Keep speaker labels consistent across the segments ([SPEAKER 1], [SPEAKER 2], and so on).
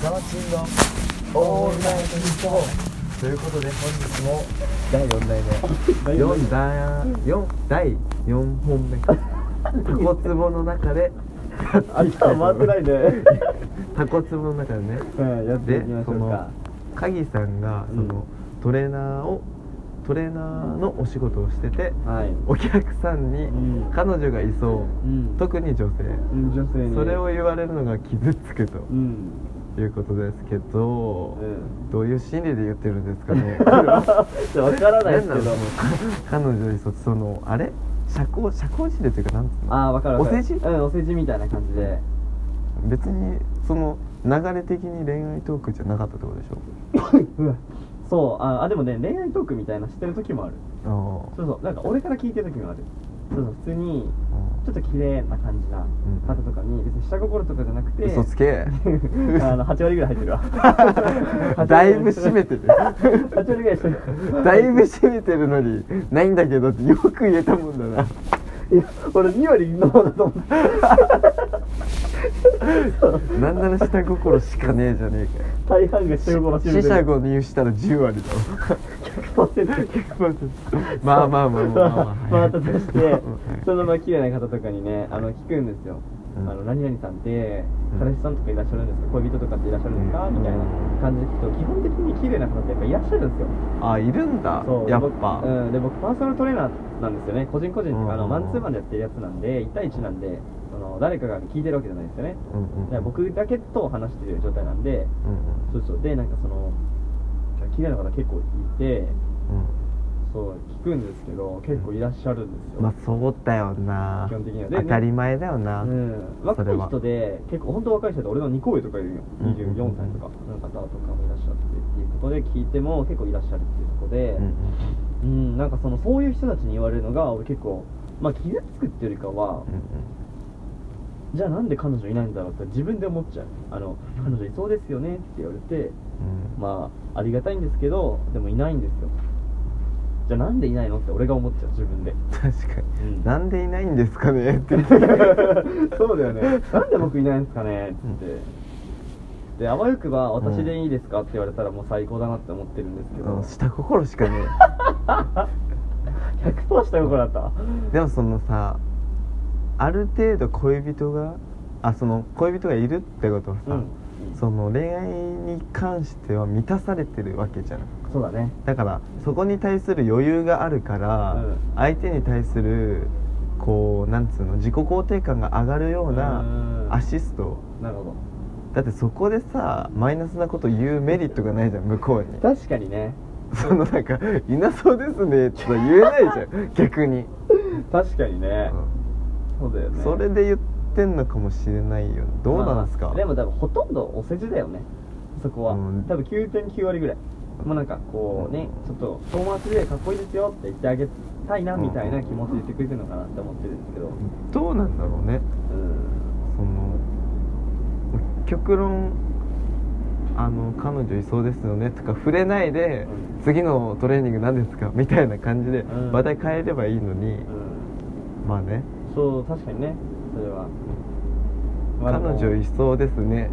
[SPEAKER 1] ザワチンのオールナイトニッポンということで本日も第4代目 4, 代4第4本目かタコツボの中で
[SPEAKER 2] あじゃあ回ってないね
[SPEAKER 1] タコツボの中でね
[SPEAKER 2] うんやってい
[SPEAKER 1] で
[SPEAKER 2] きまし
[SPEAKER 1] そ
[SPEAKER 2] ょうか
[SPEAKER 1] の鍵さんがその、トレーナーをトレーナーのお仕事をしてて
[SPEAKER 2] はい、
[SPEAKER 1] お客さんに
[SPEAKER 2] うん
[SPEAKER 1] 彼女がいそうう、
[SPEAKER 2] ん、
[SPEAKER 1] 特に女性
[SPEAKER 2] うん女性に
[SPEAKER 1] それを言われるのが傷つくと
[SPEAKER 2] うん、
[SPEAKER 1] いうことですけど、
[SPEAKER 2] うん
[SPEAKER 1] どういう心理で言ってるんですか ね
[SPEAKER 2] じゃわからないですけど
[SPEAKER 1] 何の彼女にそそのあれ社交社交辞令というかなんつうの
[SPEAKER 2] ああわかるわかる
[SPEAKER 1] お世辞
[SPEAKER 2] うんお世辞みたいな感じで
[SPEAKER 1] 別にその流れ的に恋愛トークじゃなかったってことでしょ
[SPEAKER 2] そうああでもね恋愛トークみたいなしてる時もある
[SPEAKER 1] あ
[SPEAKER 2] そうそうなんか俺から聞いてる時もあるそうそう普通に
[SPEAKER 1] あ
[SPEAKER 2] ちょっと綺麗な感じな方とかに別に下心とかじゃなくて
[SPEAKER 1] 嘘つけ
[SPEAKER 2] あの8割ぐらい入ってる わ
[SPEAKER 1] だいぶ締め てる
[SPEAKER 2] 8割ぐらいしてる
[SPEAKER 1] だいぶ締めてるのにないんだけどってよく言えたもん だない
[SPEAKER 2] や俺2割の方だと思った
[SPEAKER 1] なんなら下心しかねえじゃね
[SPEAKER 2] 大半が
[SPEAKER 1] え
[SPEAKER 2] 下
[SPEAKER 1] か
[SPEAKER 2] 心
[SPEAKER 1] よ
[SPEAKER 2] してる
[SPEAKER 1] 四捨五入したら10割 だわ
[SPEAKER 2] 100%
[SPEAKER 1] まあまあまあまあまあ
[SPEAKER 2] まあたと してそのまあ綺麗な方とかにねあの聞くんですよ、
[SPEAKER 1] うん
[SPEAKER 2] あの何々さんって
[SPEAKER 1] うん
[SPEAKER 2] 彼氏さんとかいらっしゃるんですか恋人とかっていらっしゃるんですか、
[SPEAKER 1] うん
[SPEAKER 2] みたいな感じで聞くと基本的に綺麗な方ってやっぱいらっしゃるんですよ
[SPEAKER 1] あいるんだ
[SPEAKER 2] そう
[SPEAKER 1] やっ
[SPEAKER 2] で
[SPEAKER 1] ぱ
[SPEAKER 2] 僕,、うん、で僕パーソナルトレーナーなんですよね個人個人っていうかあの
[SPEAKER 1] うん
[SPEAKER 2] マンツーマンでやってるやつなんで1対1なんでその誰かが聞いてるわけじゃないですよね
[SPEAKER 1] うんうん
[SPEAKER 2] だから僕だけと話してる状態なんで
[SPEAKER 1] うん
[SPEAKER 2] そうそうでなんかその綺麗な方結構いて
[SPEAKER 1] うん
[SPEAKER 2] そう聞くんですけど結構いらっしゃるんですよ、
[SPEAKER 1] まあそうだよな
[SPEAKER 2] 基本的にはで
[SPEAKER 1] 当たり前だよな
[SPEAKER 2] う
[SPEAKER 1] うん
[SPEAKER 2] ん、若
[SPEAKER 1] それ
[SPEAKER 2] い
[SPEAKER 1] は
[SPEAKER 2] 人で結構本当若い人で俺の2個上とかいるよ
[SPEAKER 1] うん
[SPEAKER 2] 24歳とかの方とかもいらっしゃってっていうことで聞いても結構いらっしゃるっていうことで、うんなんかそのそういう人たちに言われるのが俺結構まあ傷つくっていうよりかは、じゃあなんで彼女いないんだろうって自分で思っちゃうあの彼女いそうですよねって言われてまあありがたいんですけどでもいないんですよじゃあなんでいないのって俺が思っちゃう自分で、
[SPEAKER 1] 確か
[SPEAKER 2] う
[SPEAKER 1] に
[SPEAKER 2] ん
[SPEAKER 1] なんでいないんですかねって
[SPEAKER 2] そうだよねなんで僕いないんですかねって言ってであわよくば私でいいですかって言われたらもう最高だなって思ってるんですけ
[SPEAKER 1] う
[SPEAKER 2] ど
[SPEAKER 1] ん下心しかね
[SPEAKER 2] 100%したよこれだった
[SPEAKER 1] えでもそのさある程度恋人があその恋人がいるってことはさ、
[SPEAKER 2] うん
[SPEAKER 1] その恋愛に関しては満たされてるわけじゃん
[SPEAKER 2] そうだね
[SPEAKER 1] だからそこに対する余裕があるから、
[SPEAKER 2] うん
[SPEAKER 1] 相手に対するこうなんつうの自己肯定感が上がるよう
[SPEAKER 2] うん
[SPEAKER 1] なアシスト
[SPEAKER 2] なるほ
[SPEAKER 1] だってそこでさマイナスなこと言うメリットがないじゃん向こうに
[SPEAKER 2] ど確かにね
[SPEAKER 1] そのなんか「いなそうですね」って言えないじゃ ん逆に、
[SPEAKER 2] 確かにね
[SPEAKER 1] う
[SPEAKER 2] そうだよ
[SPEAKER 1] ん
[SPEAKER 2] ね
[SPEAKER 1] それで言ってんのかもしれないよねどうなんですか、
[SPEAKER 2] まあでも多分ほとんどお世辞だよねそこは、
[SPEAKER 1] うん
[SPEAKER 2] 多分9.9割ぐらいもうなんかこうねちょっと遠回しでかっこいいですよって言ってあげたいなみたいな気持ちで言ってくれてるのかなって思ってるんですけど
[SPEAKER 1] どうなんだろうねそ
[SPEAKER 2] うん
[SPEAKER 1] の極論あの彼女いそうですよねとか触れないで、
[SPEAKER 2] う
[SPEAKER 1] 次のトレーニング何ですか みたいな感じで
[SPEAKER 2] うん
[SPEAKER 1] 話題変えればいいのに、
[SPEAKER 2] うん
[SPEAKER 1] まあね、
[SPEAKER 2] そう確かにねそれは、まあで
[SPEAKER 1] 彼
[SPEAKER 2] も
[SPEAKER 1] 女いそうですね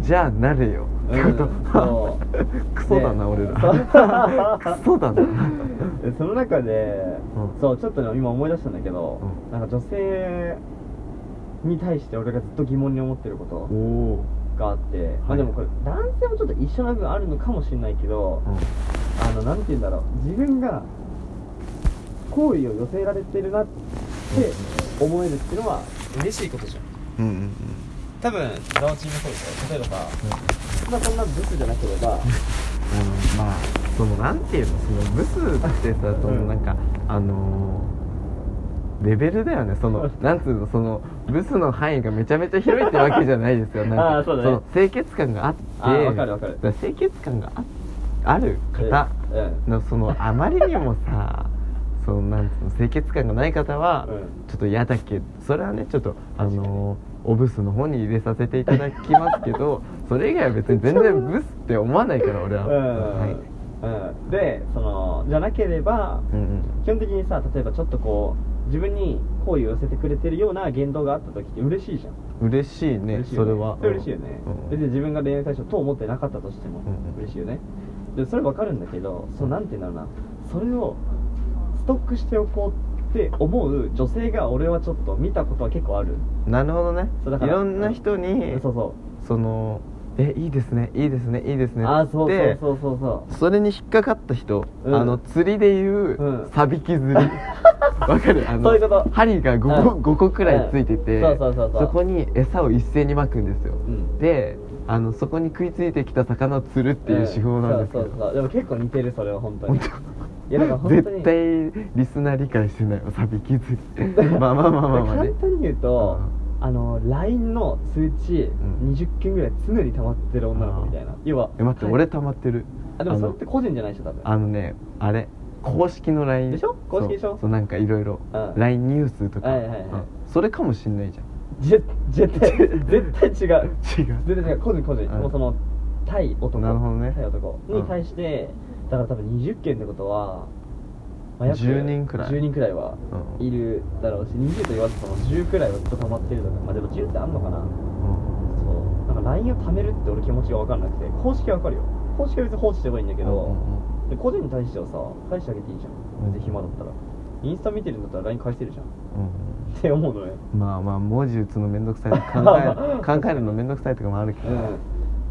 [SPEAKER 1] じゃあなれよって
[SPEAKER 2] うん
[SPEAKER 1] こと、
[SPEAKER 2] そ
[SPEAKER 1] クソだな、
[SPEAKER 2] ね
[SPEAKER 1] 俺 らクソだな
[SPEAKER 2] うでその中で、
[SPEAKER 1] うん
[SPEAKER 2] そうちょっとね今思い出したんだけど、
[SPEAKER 1] う
[SPEAKER 2] なんか女性に対して俺がずっと疑問に思ってること
[SPEAKER 1] おお
[SPEAKER 2] があって、ま
[SPEAKER 1] は
[SPEAKER 2] あ
[SPEAKER 1] い
[SPEAKER 2] でもこれ男性もちょっと一緒な部分あるのかもしれないけど、
[SPEAKER 1] ー、うん
[SPEAKER 2] あのなんて言うんだろう自分が好意を寄せられてるなって思えるっていうのは嬉しいことじゃん
[SPEAKER 1] うんうん
[SPEAKER 2] 多分ザワチンもそうですよ例えばさ、まあそんなブスじゃなければ
[SPEAKER 1] うんまあそのなんていうのそのブスってさそのなんかあのーレベルだよねそのなんつうのそのブスの範囲がめちゃめちゃ広いってわけじゃないですよなんか
[SPEAKER 2] あーそうだね
[SPEAKER 1] の清潔感があって
[SPEAKER 2] あーわかるわかる
[SPEAKER 1] だら清潔感があある方
[SPEAKER 2] うんうん
[SPEAKER 1] のそのあまりにもさそのなんつうの清潔感がない方は
[SPEAKER 2] うん
[SPEAKER 1] ちょっと嫌だけどそれはねちょっとあのーおブスの方に入れさせていただきますけ どそれ以外は別に全然ブスって思わないから俺は、
[SPEAKER 2] うん、
[SPEAKER 1] はい、
[SPEAKER 2] うん、でそのじゃなければ
[SPEAKER 1] うんうん
[SPEAKER 2] 基本的にさ例えばちょっとこう自分に好意を寄せてくれてるような言動があった時って嬉しいじゃん
[SPEAKER 1] 嬉しいね
[SPEAKER 2] 嬉しいよ
[SPEAKER 1] それは
[SPEAKER 2] それ嬉しいよね、
[SPEAKER 1] うん
[SPEAKER 2] 別に自分が恋愛対象と思ってなかったとしても
[SPEAKER 1] うん
[SPEAKER 2] 嬉しいよね、でそれ分かるんだけどそうなんて言うんだろうなそれをストックしておこうって思う女性が俺はちょっと見たことは結構ある
[SPEAKER 1] なるほどね
[SPEAKER 2] そうだか
[SPEAKER 1] い
[SPEAKER 2] ら
[SPEAKER 1] ろんな人に
[SPEAKER 2] そうそ
[SPEAKER 1] そのえいいですねいいですねいいです
[SPEAKER 2] う、
[SPEAKER 1] ね
[SPEAKER 2] ああそう
[SPEAKER 1] で
[SPEAKER 2] そうそうそうそう
[SPEAKER 1] それに引っかかった人、
[SPEAKER 2] うん
[SPEAKER 1] あの釣りでいう、
[SPEAKER 2] うん
[SPEAKER 1] サビキ釣 りわかるあの
[SPEAKER 2] そういうこと
[SPEAKER 1] 針が 5, 個
[SPEAKER 2] うん
[SPEAKER 1] 5個くらいついてて、
[SPEAKER 2] うんそうそうそうそう
[SPEAKER 1] こに餌を一斉にまくんですよ、
[SPEAKER 2] うん
[SPEAKER 1] であのそこに食いついてきた魚を釣るっていう手法なんですけど、
[SPEAKER 2] そうそうそうでも結構似てるそれは本当にいやだから本当に
[SPEAKER 1] 絶対リスナー理解してないわサビキ釣り まあまあまあまあまあね
[SPEAKER 2] 簡単に言うと、あの LINE の通知
[SPEAKER 1] うん
[SPEAKER 2] 20件ぐらい常に溜まってる女の子みたいな、要は
[SPEAKER 1] え待って、
[SPEAKER 2] はい
[SPEAKER 1] 俺溜まってる
[SPEAKER 2] あでもそれっ
[SPEAKER 1] の
[SPEAKER 2] て個人じゃないでしょ多分
[SPEAKER 1] あのねあれ公式の LINE
[SPEAKER 2] でしょ公式でしょ
[SPEAKER 1] そうそうなんかいろいろ
[SPEAKER 2] うん
[SPEAKER 1] LINE ニュースとか、
[SPEAKER 2] はいはいはい
[SPEAKER 1] うんそれかもしんないじゃん
[SPEAKER 2] ぜ絶対絶対違う
[SPEAKER 1] 違う
[SPEAKER 2] 全然違う個人個人、
[SPEAKER 1] うん
[SPEAKER 2] もうその対男
[SPEAKER 1] なるほどね
[SPEAKER 2] 対男
[SPEAKER 1] うん
[SPEAKER 2] に対して、だから多分20件ってことは、ま約
[SPEAKER 1] 10人くらい
[SPEAKER 2] 10人くらいは
[SPEAKER 1] うん
[SPEAKER 2] いるだろうし、20と言わずとも10くらいはずっと溜まってるとかまあでも10ってあんのかな
[SPEAKER 1] うん
[SPEAKER 2] そうなんか LINE を貯めるって俺気持ちが分かんなくて公式は分かるよ公式は別に放置してもいいんだけ
[SPEAKER 1] うん
[SPEAKER 2] ど、
[SPEAKER 1] うん
[SPEAKER 2] で個人に対してはさ返してあげていいじゃん全然暇だったらインスタ見てるんだったら LINE 返せるじゃんっ
[SPEAKER 1] うん
[SPEAKER 2] て思うのね
[SPEAKER 1] まあまあ文字打つのめんどくさいと 考え考えるのめんどくさいとかもあるけど、
[SPEAKER 2] う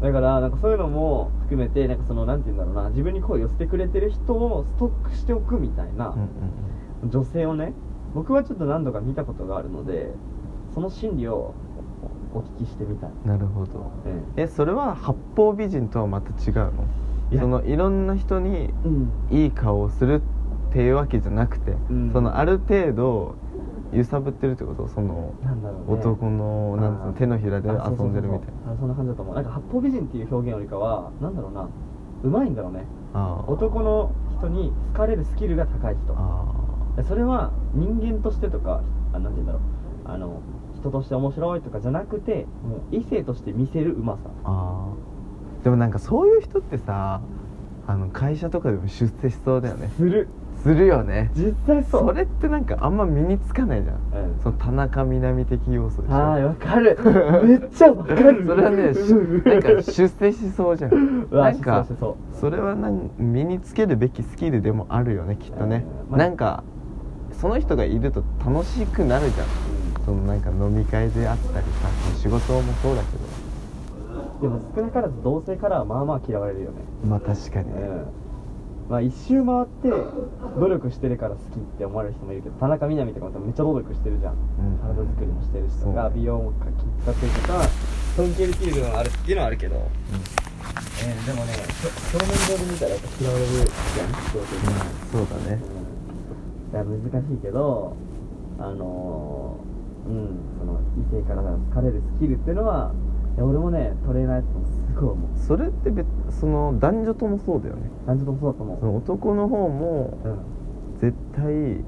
[SPEAKER 2] ん、だからなんかそういうのも含めてなんかそのなんて言うんだろうな自分に声を寄せてくれてる人をストックしておくみたいな
[SPEAKER 1] うんうん
[SPEAKER 2] 女性をね僕はちょっと何度か見たことがあるのでその心理をお聞きしてみたい、
[SPEAKER 1] うんなるほど
[SPEAKER 2] うん
[SPEAKER 1] えそれは八方美人とはまた違うの
[SPEAKER 2] いや
[SPEAKER 1] そのいろんな人にいい顔をするっていうわけじゃなくて、
[SPEAKER 2] うん
[SPEAKER 1] そのある程度揺さぶってるってことその
[SPEAKER 2] なんだろうね
[SPEAKER 1] 男のなんつうの
[SPEAKER 2] あー
[SPEAKER 1] 手のひらで遊んでるみたいな
[SPEAKER 2] あそうそうそうそうあそんな感じだと思うなんか八方美人っていう表現よりかはなんだろうなうまいんだろうね
[SPEAKER 1] あー
[SPEAKER 2] 男の人に好かれるスキルが高い人
[SPEAKER 1] あ
[SPEAKER 2] でそれは人間としてとかあなんて言うんだろうあの人として面白いとかじゃなくてもう異性として見せるうまさ
[SPEAKER 1] ーあーでもなんかそういう人ってさあの会社とかでも出世しそうだよね
[SPEAKER 2] する
[SPEAKER 1] するよね
[SPEAKER 2] 実際そう
[SPEAKER 1] それってなんかあんま身につかないじゃん
[SPEAKER 2] うん
[SPEAKER 1] その田中みな実的要素でしょ
[SPEAKER 2] はいわかるめっちゃわかる
[SPEAKER 1] それは ねしなんか出世しそうじゃん
[SPEAKER 2] うわ
[SPEAKER 1] なんか
[SPEAKER 2] そうそう
[SPEAKER 1] それはなん身につけるべきスキルでもあるよねきっとね、
[SPEAKER 2] うん
[SPEAKER 1] なんかその人がいると楽しくなるじゃんそのなんか飲み会であったりさ仕事もそうだけど
[SPEAKER 2] そうでも少なからず同性からはまあまあ嫌われるよね
[SPEAKER 1] まあ確か
[SPEAKER 2] う
[SPEAKER 1] にね、
[SPEAKER 2] んまあ一周回って努力してるから好きって思われる人もいるけど田中みな実とかもめっちゃ努力してるじゃん、
[SPEAKER 1] ん
[SPEAKER 2] 体作りもしてるしと
[SPEAKER 1] そう
[SPEAKER 2] か美容もかき使ってるとか尊敬できる部分はあるっていうのはあるけど、えーでもねそ表面上で見たらやっぱ嫌われるじゃん人的に、
[SPEAKER 1] そうだね
[SPEAKER 2] うんだから難しいけどあのーうんその異性から好かれるスキルっていうのはいや俺もねトレーナーやってもすごい思う
[SPEAKER 1] それって別その男女ともそうだよね
[SPEAKER 2] 何時ともそうだと思
[SPEAKER 1] その男の方も
[SPEAKER 2] ううん
[SPEAKER 1] 絶対
[SPEAKER 2] うん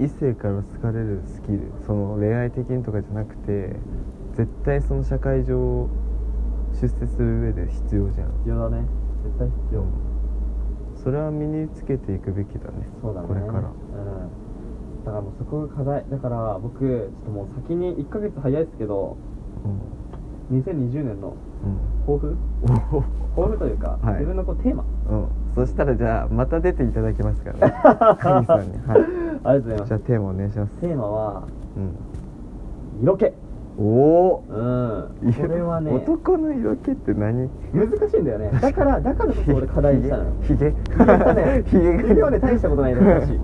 [SPEAKER 1] 異性から好かれるスキルその恋愛的にとかじゃなくて絶対その社会上出世する上で必要じゃん
[SPEAKER 2] 必要だね絶対必要、
[SPEAKER 1] それは身につけていくべきだね
[SPEAKER 2] そうだね
[SPEAKER 1] これから
[SPEAKER 2] うんだからもうそこが課題だから僕ちょっともう先に1ヶ月早いですけど
[SPEAKER 1] うん
[SPEAKER 2] 2020年の
[SPEAKER 1] うん
[SPEAKER 2] 抱負
[SPEAKER 1] おお
[SPEAKER 2] 抱負というか、
[SPEAKER 1] はい
[SPEAKER 2] 自分のこうテーマ
[SPEAKER 1] うん、そしたらじゃあまた出ていただきますから ね神さんには
[SPEAKER 2] ありがとうござい
[SPEAKER 1] い
[SPEAKER 2] ま
[SPEAKER 1] じゃあ
[SPEAKER 2] す
[SPEAKER 1] テーマお願いします、
[SPEAKER 2] テーマは
[SPEAKER 1] うん、
[SPEAKER 2] 色気
[SPEAKER 1] おお
[SPEAKER 2] うんこれはね
[SPEAKER 1] 男の色気って何
[SPEAKER 2] 難しいんだよねだからだからこそ俺課題にしたのよ
[SPEAKER 1] ひげ
[SPEAKER 2] ヒゲはね
[SPEAKER 1] ひげ
[SPEAKER 2] ヒゲはね大したことな いらしい、
[SPEAKER 1] う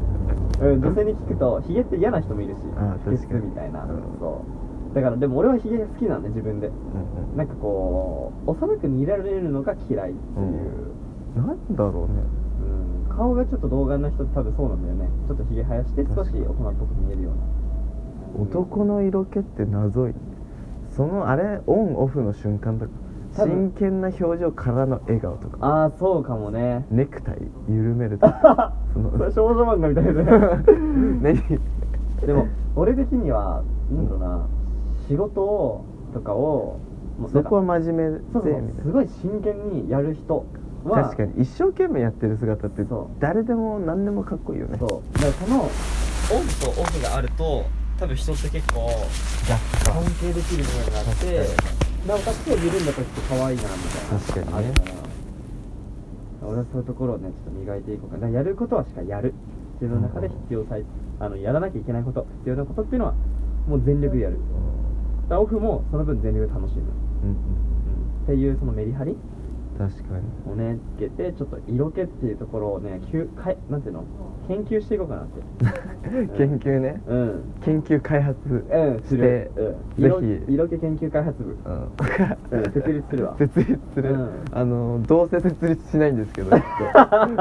[SPEAKER 2] うん、女性に聞くとヒゲって嫌な人もいるし
[SPEAKER 1] あ確かに
[SPEAKER 2] 不潔みたいな、
[SPEAKER 1] うん
[SPEAKER 2] そうだからでも俺はヒゲ好きなんで自分で
[SPEAKER 1] ん
[SPEAKER 2] なんかこう幼く見られるのが嫌いってい
[SPEAKER 1] う
[SPEAKER 2] う、
[SPEAKER 1] んなんだろうね
[SPEAKER 2] うん顔がちょっと童顔な人って多分そうなんだよねちょっとひげ生やして少し大人っぽく見えるような
[SPEAKER 1] 男の色気って謎いそのあれオンオフの瞬間とか
[SPEAKER 2] 多分
[SPEAKER 1] 真剣な表情からの笑顔とか
[SPEAKER 2] ああそうかもね
[SPEAKER 1] ネクタイ緩めると かその
[SPEAKER 2] それ少女漫画みたいだね
[SPEAKER 1] 何
[SPEAKER 2] でも俺的にはなんだろうな仕事をとかをもうな
[SPEAKER 1] そ
[SPEAKER 2] んか
[SPEAKER 1] こは真面目で
[SPEAKER 2] そうそうそう
[SPEAKER 1] みたい
[SPEAKER 2] す
[SPEAKER 1] な
[SPEAKER 2] ごい真剣にやる人は
[SPEAKER 1] 確かに一生懸命やってる姿って
[SPEAKER 2] そう
[SPEAKER 1] 誰でも何でもかっこいいよね
[SPEAKER 2] そうだからそのオンとオフがあると
[SPEAKER 3] 多分人って結構
[SPEAKER 1] ギャップか
[SPEAKER 2] 関係できる部分があって
[SPEAKER 1] 確か
[SPEAKER 2] なおかつ緩んだ時って可愛いなみたいな
[SPEAKER 1] 確か
[SPEAKER 2] あ
[SPEAKER 1] にね
[SPEAKER 2] るから俺はそういうところをねちょっと磨いていこうかなやることはしかやる自分の中で必要最あのやらなきゃいけないこと必要なことっていうのはもう全力でやるだからオフもその分全力で楽しむ、
[SPEAKER 1] うんうん
[SPEAKER 2] っていうそのメリハリ
[SPEAKER 1] 確 かに
[SPEAKER 2] をねつけてちょっと色気っていうところをねきゅかいなんていうの研究していこうかなって
[SPEAKER 1] 研究ね
[SPEAKER 2] うん
[SPEAKER 1] 研究開発
[SPEAKER 2] うん
[SPEAKER 1] し
[SPEAKER 2] す
[SPEAKER 1] て
[SPEAKER 2] る、うん、色
[SPEAKER 1] ぜひ
[SPEAKER 2] 色気研究開発部
[SPEAKER 1] うん
[SPEAKER 2] うん設立するわ
[SPEAKER 1] 設立する、
[SPEAKER 2] うん
[SPEAKER 1] あのどうせ設立しないんですけどきっと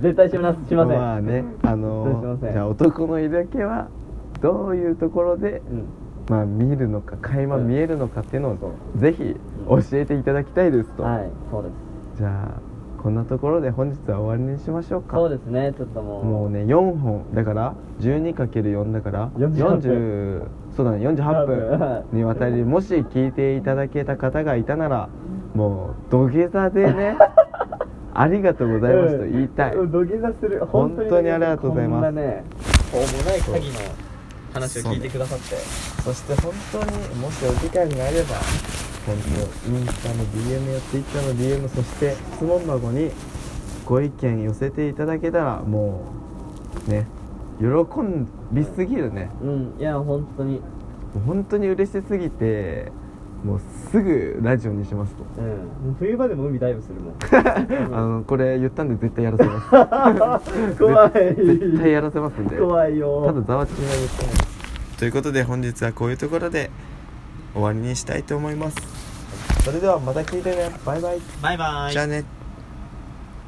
[SPEAKER 2] 絶対しますしません、
[SPEAKER 1] まあねあ
[SPEAKER 2] すいま
[SPEAKER 1] の
[SPEAKER 2] せん
[SPEAKER 1] じゃあ男の色気はどういうところで、
[SPEAKER 2] うん
[SPEAKER 1] まあ、見るのか垣間
[SPEAKER 2] うん
[SPEAKER 1] 見えるのかっていうのを、
[SPEAKER 2] そう
[SPEAKER 1] ぜひ
[SPEAKER 2] うん
[SPEAKER 1] 教えていただきたいですと、
[SPEAKER 2] はいそうです
[SPEAKER 1] じゃあこんなところで本日は終わりにしましょうか
[SPEAKER 2] そうですねちょっともう
[SPEAKER 1] もうね4本だから 12×4 だから
[SPEAKER 2] 48
[SPEAKER 1] 40そうだね48分にわたりもし聞いていただけた方がいたならもう土下座で ねありがとうございますと言いたい、
[SPEAKER 2] うん土下座する
[SPEAKER 1] 本当に
[SPEAKER 2] 土下座
[SPEAKER 1] ありがとうございます
[SPEAKER 2] こんなね
[SPEAKER 3] こうもない限りの話を聞いてくださって
[SPEAKER 1] そして本当にもしお時間があれば本当インスタの DM や Twitter の DM そして質問箱にご意見寄せていただけたらもうね喜びすぎるね
[SPEAKER 2] うんいや本当に
[SPEAKER 1] もう本当に嬉しすぎてもうすぐラジオにしますと
[SPEAKER 2] うん冬場でも海ダイブするもん
[SPEAKER 1] あのこれ言ったんで絶対やらせます
[SPEAKER 2] 怖い
[SPEAKER 1] 絶対やらせますんで
[SPEAKER 2] 怖いよ
[SPEAKER 1] ただざわちきな言ってないということで本日はこういうところで終わりにしたいと思いますそれではまた聞いてねバイバイ
[SPEAKER 3] バイバイ
[SPEAKER 1] じゃあね